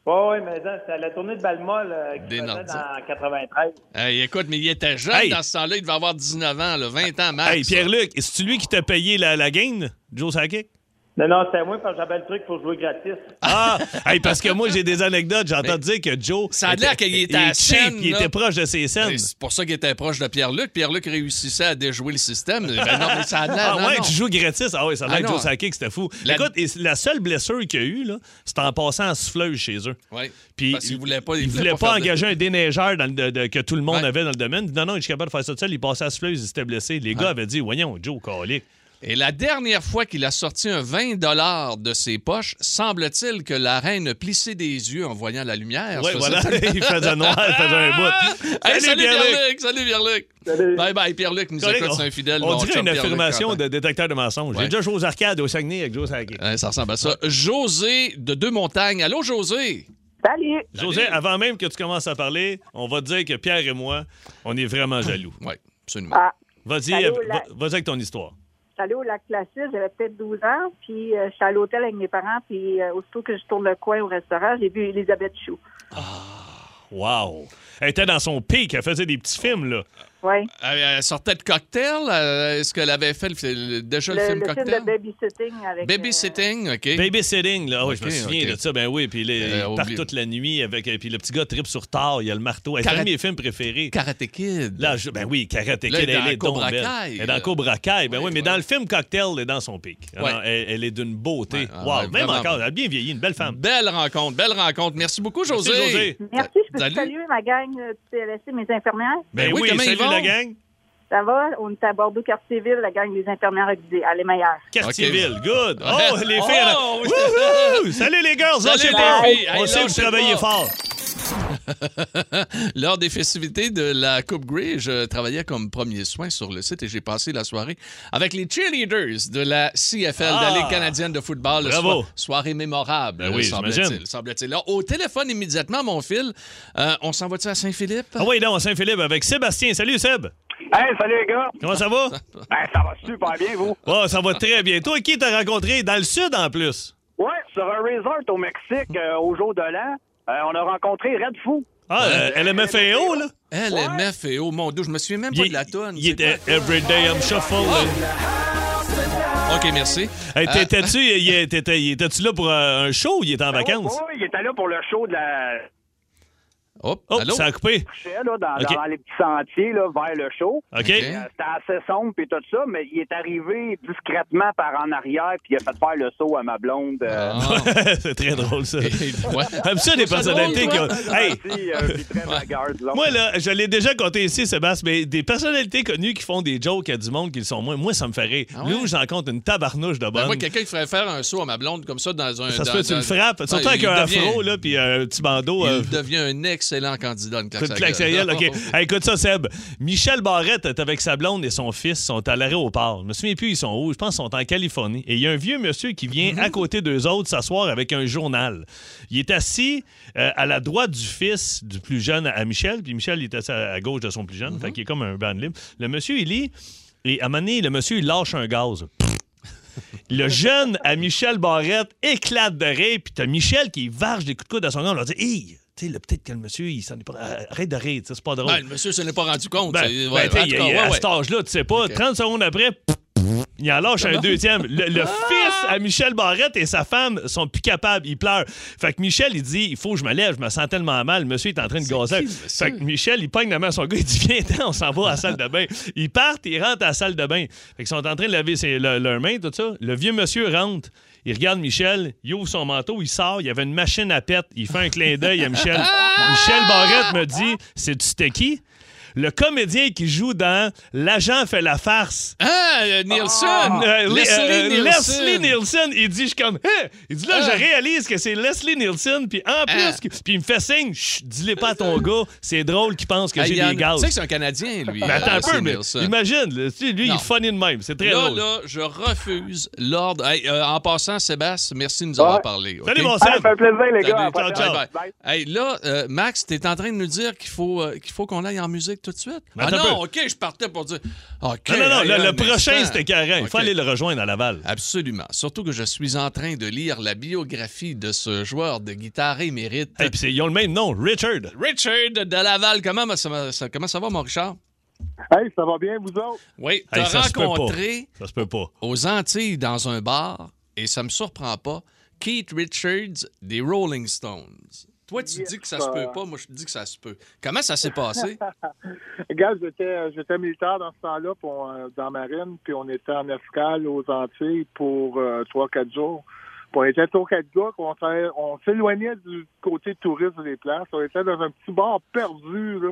Oui, oui, mais hein, c'était la tournée de Balmol euh, Des qui faisait Nordiques. en 93. Hey, écoute, mais il était jeune Hey. dans ce temps-là. Il devait avoir 19 ans, là, 20 ans max. Hey, Pierre-Luc, c'est-tu lui qui t'a payé la, la game, Joe Sakic? Non, non, c'était moi parce que j'avais le truc pour jouer gratis. Ah! hey, parce que moi, j'ai des anecdotes. J'ai entendu dire que Joe. Ça a l'air qu'il était à la cheap, scène, Il là. était proche de ses Et scènes. C'est pour ça qu'il était proche de Pierre-Luc. Pierre-Luc réussissait à déjouer le système. Ben non, mais ça a l'air. Ah non, ouais, non. tu joues gratis. Ah ouais, ça a l'air Ah que non. Joe Sakic, c'était fou. La- Écoute, et la seule blessure qu'il a eue, là, c'était en passant en souffleuse chez eux. Ouais. Puis Parce qu'il voulait pas- il il voulait voulait pas pas, faire de- engager un déneigeur dans le- de- de- que tout le monde Ouais. avait dans le domaine. Non, non, je suis capable de faire ça tout seul. Il passait à souffleuse, il s'était blessé. Les Ah. gars avaient dit, voyons, Joe, calique. Et la dernière fois qu'il a sorti un 20 de ses poches, semble-t-il que la reine plissait des yeux en voyant la lumière. Ouais, Ça, voilà, Ah, c'est- il faisait noir, il faisait un bout. Hey, Pierre-Luc. salut Pierre-Luc! Salut Pierre-Luc! Salut. Bye bye, Pierre-Luc nous Calique, écoute, on- c'est un fidèle. On mon dirait chum une Pierre-Luc affirmation Quentin. de détecteur de mensonges. Ouais. J'ai déjà joué aux arcades au Saguenay avec Joe Sakic. Ouais, ça ressemble à ça. José de Deux Montagnes. Allô, José? Salut! José, avant même que tu commences à parler, on va te dire que Pierre et moi, on est vraiment Ah. jaloux. Oui, absolument. Ah, Vas-y, Allô, euh, la- va- vas-y avec ton histoire. j'allais au lac Placide, j'avais peut-être 12 ans, puis euh, j'étais à l'hôtel avec mes parents, puis euh, aussitôt que je tourne le coin au restaurant, j'ai vu Elisabeth Chou. Wow! Elle était dans son pic, elle faisait des petits films, là. Oui. Elle, elle sortait de cocktail? euh, Est-ce qu'elle avait fait le fi- le- déjà le, Le, film le film cocktail? de babysitting avec. euh, Babysitting, OK. Babysitting, là. Ah Oui, je me Ok, souviens ok. Euh, de ça. Ben oui, puis les- Elle a ils partent oublié. toute la nuit avec. euh, Puis le petit gars tripe sur tard, il a le marteau. Elle est Karate- un de mes films préférés. Karate Kid. Là, je- ben oui, Karate Kid, Là, elle elle, est dans est donc Cobra belle. Kai, Elle est là. dans Cobra Kai, ben Ouais, oui, mais ouais. dans le film Cocktail, elle est dans son pic. Ah Ouais. non, elle, elle est d'une beauté. Ouais, ah wow, ouais, même vraiment. encore, elle a bien vieilli, une belle femme. Belle rencontre, belle rencontre. Merci beaucoup, José. Merci, José. Merci, je peux Salut. saluer ma gang euh, du CLSC, mes infirmières. Ben, Ben oui, oui, comment ils salut vont? la gang. Ça va? On est à Bordeaux-Cartierville, la gang des infirmières du Elle est meilleure. Quartierville, good. Ouais. Oh, les filles. Oh, oui. Wouhou! Salut les girls, Salut, lâchez les pas. filles. Hey, On sait que vous lâchez travaillez pas. fort. Lors des festivités de la Coupe Grey, je travaillais comme premier soin sur le site et j'ai passé la soirée avec les cheerleaders de la CFL, Ah! de la Ligue canadienne de football. Bravo! Soi- soirée mémorable, Ben oui, j'imagine. semble-t-il. semble-t-il. Alors, Au téléphone, immédiatement, mon fil, euh, on s'en va-tu à Saint-Philippe? Ah oui, non, Saint-Philippe avec Sébastien. Salut, Seb. Hey, salut les gars! Comment ça va? Ben, ça va super bien, vous! Oh, ça va très bien. Toi, qui t'as rencontré dans le sud en plus? Ouais, sur un resort au Mexique, euh, au jour de l'an, euh, on a rencontré Red Fou. Ah, elle LMFAO, là? LMF et oh mon dieu, je me souviens même pas de la tonne. Il était Everyday I'm Shuffle. là. OK, merci. Hey, T'étais-tu il- il- t'étais- il- t'étais-tu là pour euh, un show ou il était en vacances? Ben, Oui, il était là pour le show de la Ah, Hop, Oh, allô? ça a coupé. marchait, là, dans, Ok. dans les petits sentiers, là, vers le show. OK. OK. Euh, C'était assez sombre puis tout ça, mais il est arrivé discrètement par en arrière puis il a fait faire le saut à ma blonde. euh, Ah. C'est très drôle, ça. Ouais. J'aime ça, des personnalités qui ont... Hey, gentil, euh, puis très bagarre, disons. Moi, là, je l'ai déjà compté ici, Sébastien, mais des personnalités connues qui font des jokes à du monde qui le sont moins, moi, ça me fait rire. Ah ouais? Là où j'en compte une tabarnouche de Ben, bonne. moi, quelqu'un qui ferait faire un saut à ma blonde comme ça dans un. ça se dans- peut, tu dans- le frappes. Surtout Ouais, avec il un devient- afro, là, puis un petit bandeau. Il euh, devient un excellent candidat, une claque Toute claque sa gueule, OK. Hey, écoute ça, Seb. Michel Barrette est avec sa blonde et son fils. sont à l'aéroport. Je me souviens plus, ils sont où. Je pense qu'ils sont en Californie. Et il y a un vieux monsieur qui vient à côté d'eux autres s'asseoir avec un journal. Il est assis euh, à la droite du fils du plus jeune à Michel. Puis Michel, il est assis à à gauche de son plus jeune. Fait qu'il est comme un band libre. Le monsieur, il lit. Et à un moment donné, le monsieur, il lâche un gaz. Le jeune à Michel Barrette éclate de rire, puis t'as Michel qui varge des coups de coude à son gars, on leur dit Hey, tu sais, là, peut-être que le monsieur, il s'en est pas. euh, Arrête de rire, tu sais, c'est pas drôle. Ben, le monsieur s'en est pas rendu compte. Ben, c'est- ben, ouais, t'sais, en tout il- cas, il- ouais, à ouais. cet âge-là, tu sais pas, 30 secondes après, pff, pff, il en lâche un deuxième. Le, le Ah! fils à Michel Barrette et sa femme sont plus capables, ils pleurent. Fait que Michel, il dit Il faut que je me lève, je me sens tellement mal, le monsieur est en train de gazer. Fait que Michel, il pogne la main à son gars, il dit Viens, on s'en va à la salle de bain. Ils partent, ils rentrent à la salle de bain. Fait qu'ils sont en train de laver ses- le- leurs mains, tout ça. Le vieux monsieur rentre. Il regarde Michel, il ouvre son manteau, il sort, il y avait une machine à pète, il fait un clin d'œil à Michel. Ah! Michel Barrette me dit C'est tu c'était qui le comédien qui joue dans L'agent fait la farce. Ah, euh, Nielsen! Euh, Leslie euh, Nielsen! Leslie Nielsen, il dit, je suis comme, Hein? il dit là, Ah. je réalise que c'est Leslie Nielsen, puis en plus, Ah. que- puis il me fait signe, Chut, dis-le pas à ton gars, c'est drôle qu'il pense que Hey, j'ai Yann, des gaz. Tu sais que c'est un Canadien, lui. Mais attends euh, un peu, Leslie mais Nielsen. imagine, là, tu sais, lui, il Non. est funny de même, c'est très Là, drôle. là, je refuse l'ordre. Hey, euh, en passant, Sébastien, merci de nous avoir parlé. OK? Salut, mon Ah, ça Seb. fait plaisir, les Salut, gars. à la ciao, prochaine. ciao. Bye. Hey, là, euh, Max, t'es en train de nous dire qu'il faut euh, qu'il faut qu'on aille en musique tout de suite. Mais ah attends non, OK, je partais pour dire. OK. non, non, non, hey, le, le un prochain, instant. c'était carré. Il faut OK. aller le rejoindre à Laval. Absolument. Surtout que je suis en train de lire la biographie de ce joueur de guitare émérite. Hey, puis c'est- ils ont le même nom, Richard. Richard de Laval, comment ça, va- ça- comment ça va, mon Richard? Hey, ça va bien, vous autres? Oui, Hey, t'as ça se peut pas. rencontré Ça se peut pas. aux Antilles dans un bar, et ça me surprend pas, Keith Richards des Rolling Stones. Toi, tu dis que ça se peut pas, moi, je te dis que ça se peut. Comment ça s'est passé? Regarde, j'étais, j'étais militaire dans ce temps-là, puis on, euh, dans la marine, puis on était en escale aux Antilles pour euh, trois, quatre jours. Puis on était trois, quatre gars, puis on, s'est- on s'éloignait du côté touriste des places. On était dans un petit bar perdu, là.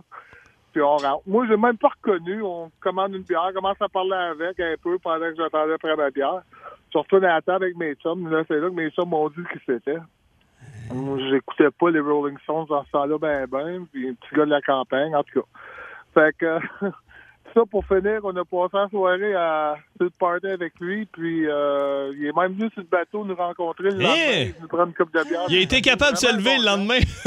Puis on rentre. Moi, j'ai même pas reconnu. On commande une bière, commence à parler avec un peu pendant que j'attendais après ma bière. Je retourne à la table avec mes chums. Là, c'est là que mes chums m'ont dit ce qui c'était. Moi, J'écoutais pas les Rolling Stones dans ce temps-là, ben, ben. Puis un petit gars de la campagne, en tout cas. Fait que ça pour finir, on a passé la soirée à se party avec lui, puis euh, il est même venu sur le bateau nous rencontrer le lendemain, Hey! nous prendre une coupe de bière. Il a été capable de se lever hein. le lendemain.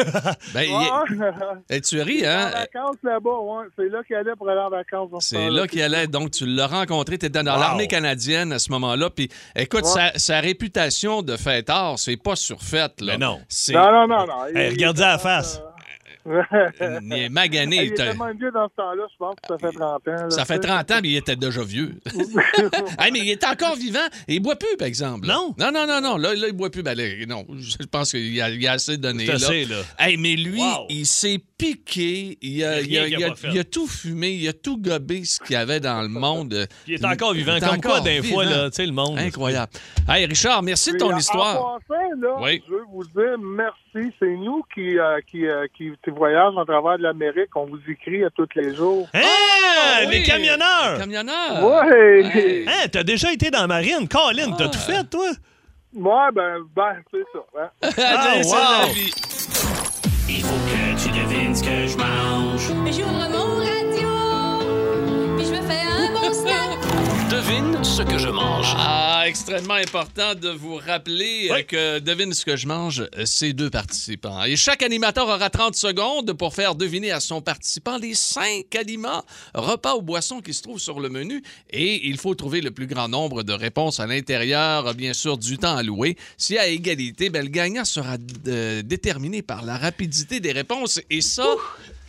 Ben, il- lendemain. eh, tu ris, hein? En vacances là-bas, ouais. C'est là qu'il allait pour aller en vacances. dans ce C'est temps-là. là qu'il allait. Donc, tu l'as rencontré. Tu étais dans Wow. l'armée canadienne à ce moment-là. Puis, écoute, Ouais. sa, sa réputation de fêtard, c'est pas surfaite. Là. Mais non. C'est, Non, non, non, non. Il- Eh, Hey, regarde-y à la face. Il est magané. il était t'as- tellement vieux dans ce temps-là, je pense que ça fait 30 ans. là, Ça fait tu sais. 30 ans, mais il était déjà vieux. Hey, mais il est encore vivant et il boit plus, par exemple. là. Non. Non, non, non, non. Là, là, il boit plus. Ben, là, non, je pense qu'il a, il a assez donné. C'est là. assez, là. Hey, mais lui, Wow. il s'est piqué. Il a, Il y a rien il qu'il a- a il a- pas fait. il a tout fumé. Il a tout gobé ce qu'il y avait dans le monde. Il est encore vivant. est Comme quoi, encore d'un fois, vivant. là, tu sais, le monde. Incroyable. Hey, Richard, merci de Puis, ton en- histoire. En passant, là, Oui. je veux vous dire merci. C'est nous qui, euh, qui, euh, qui voyagent en travers de l'Amérique. On vous écrit à tous les jours. Hein? Ah, les oui, camionneurs! Les camionneurs! Ouais! Hey. Hein, t'as déjà été dans la marine. Colin, t'as Ah. tout fait, toi? Ouais, ben, ben c'est ça. hein. Ah, wow. wow. Il faut que tu devines ce que je mange. J'ouvre mon radio, puis je me fais un bon snack. Devine ce que je mange. Ah, extrêmement important de vous rappeler euh, que devine ce que je mange, euh, c'est deux participants. Et chaque animateur aura 30 secondes pour faire deviner à son participant les cinq aliments, repas ou boissons qui se trouvent sur le menu. Et il faut trouver le plus grand nombre de réponses à l'intérieur, euh, bien sûr, du temps alloué. Si à égalité, ben, le gagnant sera euh, déterminé par la rapidité des réponses. Et ça,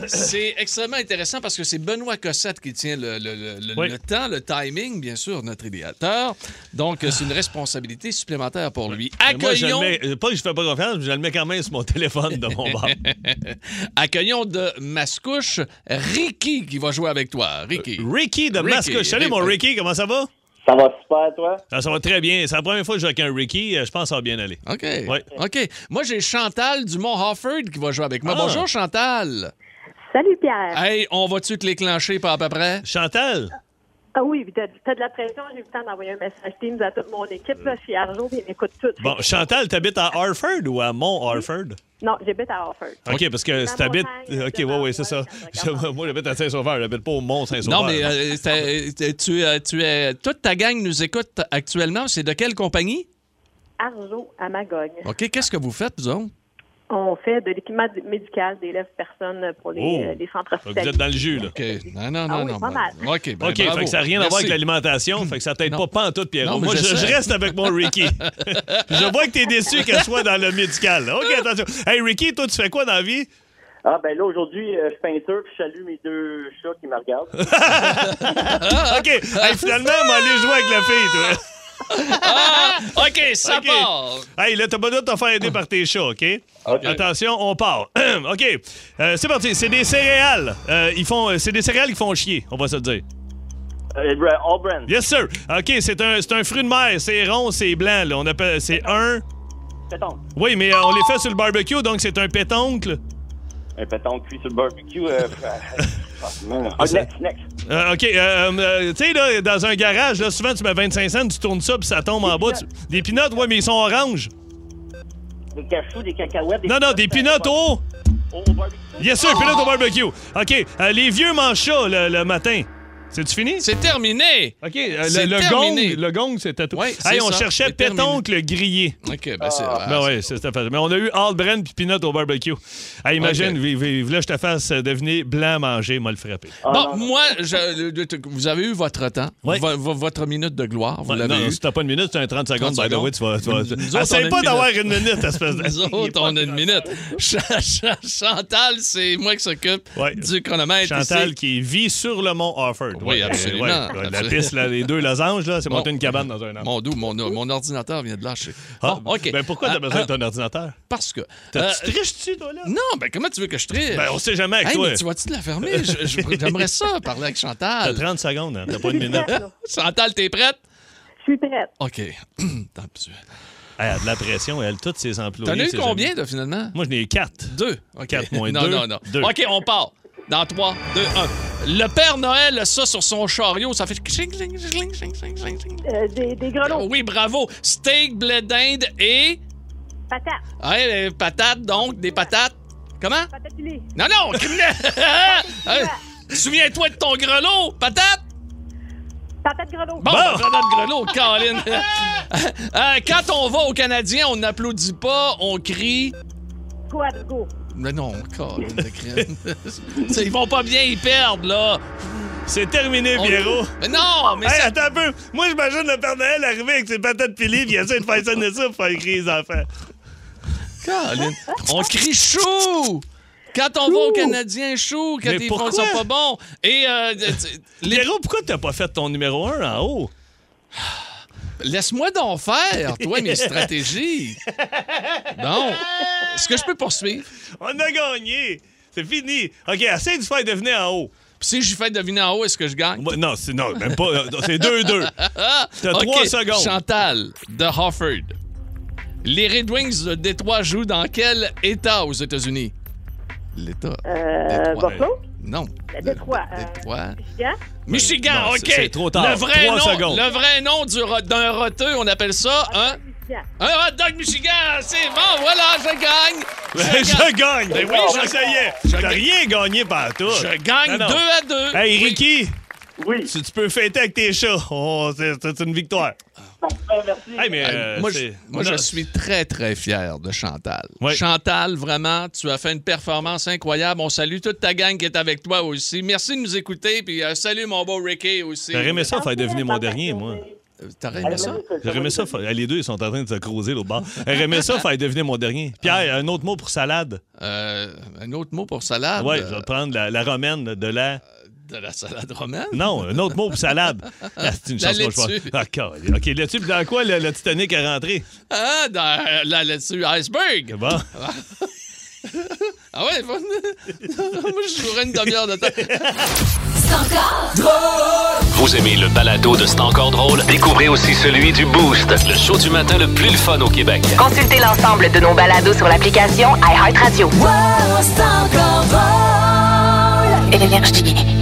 c'est extrêmement intéressant parce que c'est Benoît Cossette qui tient le, le- le- le- Oui. le temps, le timing, bien sûr, notre idéateur. Donc, euh, c'est une responsabilité supplémentaire pour lui. Mais Moi, je le Accueillons... mets- euh, pas que je fais pas confiance, mais je le mets quand même sur mon téléphone de mon bar. Accueillons de Mascouche Ricky qui va jouer avec toi. Ricky. Ricky de Mascouche. Salut, mon Ricky, comment ça va? Ah, Ça va super, toi? Ça, ça va très bien. C'est la première fois que je joue avec un Ricky. euh, Je pense que ça va bien aller. OK. Ouais. OK. Moi, j'ai Chantal du Mont-Hofford qui va jouer avec moi. Ah. Bonjour, Chantal. Salut, Pierre. Hey, on va-tu te l'éclencher par à peu près? Chantal? Ah oui, puis t'as t'as de la pression. J'ai eu le temps d'envoyer un message Teams à toute mon équipe. Là, je suis Arjo, puis ils m'écoutent tous. Bon, Chantal, t'habites à Harford ou à Mont-Harford? Non, j'habite à Hartford. OK, parce que si Dans la t'habites. montagne, OK, ouais, ouais, c'est ça. Je- moi, j'habite à Saint-Sauveur. J'habite pas au Mont-Saint-Sauveur. Non, mais euh, t'as- t'as- tu, euh, tu es, toute ta gang nous écoute actuellement. C'est de quelle compagnie? Arjo à Magogne. OK, qu'est-ce que vous faites, vous autres? On fait de l'équipement d- médical d'élèves personnes pour les, Oh. euh, les centres Vous hospitaliers. êtes dans le jus, là. OK. Non, non, non, Ah oui, non. pas mal. OK, ben, OK, fait bravo. que ça n'a rien à Merci. voir avec l'alimentation, fait que ça t'aide Non. pas pantoute, Pierrot. Non, mais Moi, je je, je sais. reste avec mon Ricky. je vois que t'es déçu qu'elle soit dans le médical. OK, Ah. attention. Hey, Ricky, toi, tu fais quoi dans la vie? Ah, ben là, aujourd'hui, euh, je suis peinture, puis je salue mes deux chats qui me regardent. Ah. OK, hey, finalement, on va aller jouer avec la fille, toi. OK, ça OK. part. Hey, là, t'as pas le droit de te faire aider par tes chats, OK? Attention, on part. OK, euh, c'est parti. C'est des céréales. Euh, ils font, euh, c'est des céréales qui font chier, on va se le dire. Euh, Bra- All brand. Yes, sir. OK, c'est un, c'est un fruit de mer. C'est rond, c'est blanc. Là. On appelle, c'est un... Pétanque. Oui, mais euh, on les fait sur le barbecue, donc c'est un pétoncle. Un pétanque cuit sur le barbecue. euh, ah, man. Ah, next, next. Euh, OK. euh, euh, tu sais, là, dans un garage, là, souvent, tu mets 25 cents, tu tournes ça, puis ça tombe en bas. tu- Des pinottes, ouais, mais ils sont oranges. Des cachous, des cacahuètes. Non, non, des pinottes au... Au au barbecue. Yes, sir, pinottes au barbecue. OK. euh, les vieux mangent ça le, le matin. C'est-tu fini? C'est terminé. OK. euh, le, C'est le terminé. gong, le gong, c'était tout. Ouais, c'est hey, on ça, cherchait c'est terminé. pétoncle grillé. OK, ben c'est... Ben ouais, c'est- c'était facile. Mais on a eu Aldbren puis Pinot au barbecue. Hey, imagine, Ok. vi- vi- là, je te fasse euh, deviner blanc manger, moi le frapper. Bon, moi, je- le- le- vous avez eu votre temps, vo- vo- votre minute de gloire, vous Ouais, l'avez non, eu. si t'as pas une minute, c'est un 30 secondes. 30 By the way, tu vas. Tu vas Nous autres, on a Essaye pas une d'avoir minute. une minute, espèce de. Nous autres, on a une minute. Ch- Ch- Chantal, c'est moi qui s'occupe Ouais. du chronomètre. Chantal ici. qui vit sur le mont Harford. Oui, absolument, La absolument. piste, là, les deux losanges, là, c'est Bon. monter une cabane dans un arbre. Mon, doux, mon, mon ordinateur vient de lâcher. Ah, Bon, OK. Ben pourquoi Ah, t'as besoin ah, de ton ordinateur? Parce que. T'as- euh, tu triches-tu, toi, là? non, ben comment tu veux que je triche? Ben, on sait jamais avec Hey, toi. mais tu vas-tu te la fermer? Je- je- J'aimerais ça parler avec T'as Chantal. 30 secondes, hein, t'as pas une minute. hey, Chantal, t'es prête? Je suis prête. OK. Attends un petit peu. elle a de la pression, elle, tous ses employés. T'en as eu ses combien, amis. là, finalement? Moi, j'en ai eu 4. Deux. OK. Quatre moins non, deux, Non, non, deux. OK, on part. Dans 3, 2, 1. Le Père Noël, a ça, sur son chariot, ça fait... ching, ching, ching, ching, ching, ching, ching. Oh Euh, des, des grelots. Oui, bravo. Steak, blé d'Inde et... Oh! Patates. Ouais, les patates, donc, des patates. Comment? Patates pilées. Non, non! criminel! Hein? Souviens-toi de ton grelot, patate! Patates grelots. Bon, ben, patate grelot, Caroline! Euh, quand on va aux Canadiens, on n'applaudit pas, on crie... Quadrigo. Mais non, Euh, Caroline, de crème. T'sais, Ils vont pas bien, ils perdent, là! C'est terminé, On- Pierrot. Mais non, mais Hey, ça... attends un peu. Moi, j'imagine le Père Noël arriver avec ses patates pilées, puis il essaie de faire ça de ça pour faire crier les enfants. Caroline, on crie chou! Quand on va aux Canadiens, chou! Quand Mais ils font pourquoi? sont pas bons! Et euh, t- t- les- Pierrot, pourquoi t'as pas fait ton numéro 1 en haut? laisse-moi donc faire, toi, mes stratégies! Bon, est-ce que je peux poursuivre? On a gagné! C'est fini! OK, essaye de faire devenir en haut. Puis si je fais deviner en haut, est-ce que je gagne? Ouais, Non, c'est non, même pas. euh, C'est 2-2. Ah! T'as OK. trois secondes. Chantal de Harford. Les Red Wings de Détroit jouent dans quel État aux États-Unis? L'État. Euh, Détroit. Buffalo. Non. Détroit, euh, Détroit. Michigan. Michigan, Non, OK. c'est- c'est trop tard. Le vrai Trois nom, secondes. le vrai nom du ro- d'un roteux, on appelle ça un... Michigan. Un hot dog Michigan, c'est bon, voilà, je gagne. Ben, je gagne. Ben oui, oui, je j'essayais. T'as rien gagné par tout. Je gagne Non, non. deux à deux. Hey, Oui. Ricky. Oui. Tu, tu peux fêter avec tes chats. Oh, c'est c'est une victoire. merci. Hey, mais, Euh, euh, moi, je, c'est- moi, Non, je suis très, très fier de Chantal. Oui. Chantal, vraiment, tu as fait une performance incroyable. On salue toute ta gang qui est avec toi aussi. Merci de nous écouter. Puis euh, salut mon beau Ricky aussi. J'aurais aimé ça faire deviner mon dernier, moi. Euh, T'aurais aimé ça? J'aurais aimé ça. faire- Les deux, ils sont en train de se croiser l'autre bord. J'aurais aimé ça faire deviner mon dernier. Pierre, un autre mot pour salade. Euh, un autre mot pour salade? Ouais, euh, je vais prendre la, la romaine de la. De la salade romaine? Non, un autre mot pour salade. Ah, c'est une La chance qu'on laitue. Ah, calé. OK, laitue, puis dans quoi le, le Titanic est rentré? Ah, dans euh, la laitue iceberg! Bon. Ah ouais, bon. moi, je jouerais une demi-heure de temps. Vous aimez le balado de C'est encore drôle? Découvrez aussi celui du Boost, le show du matin le plus le fun au Québec. Consultez l'ensemble de nos balados sur l'application iHeartRadio. Et l'énergie.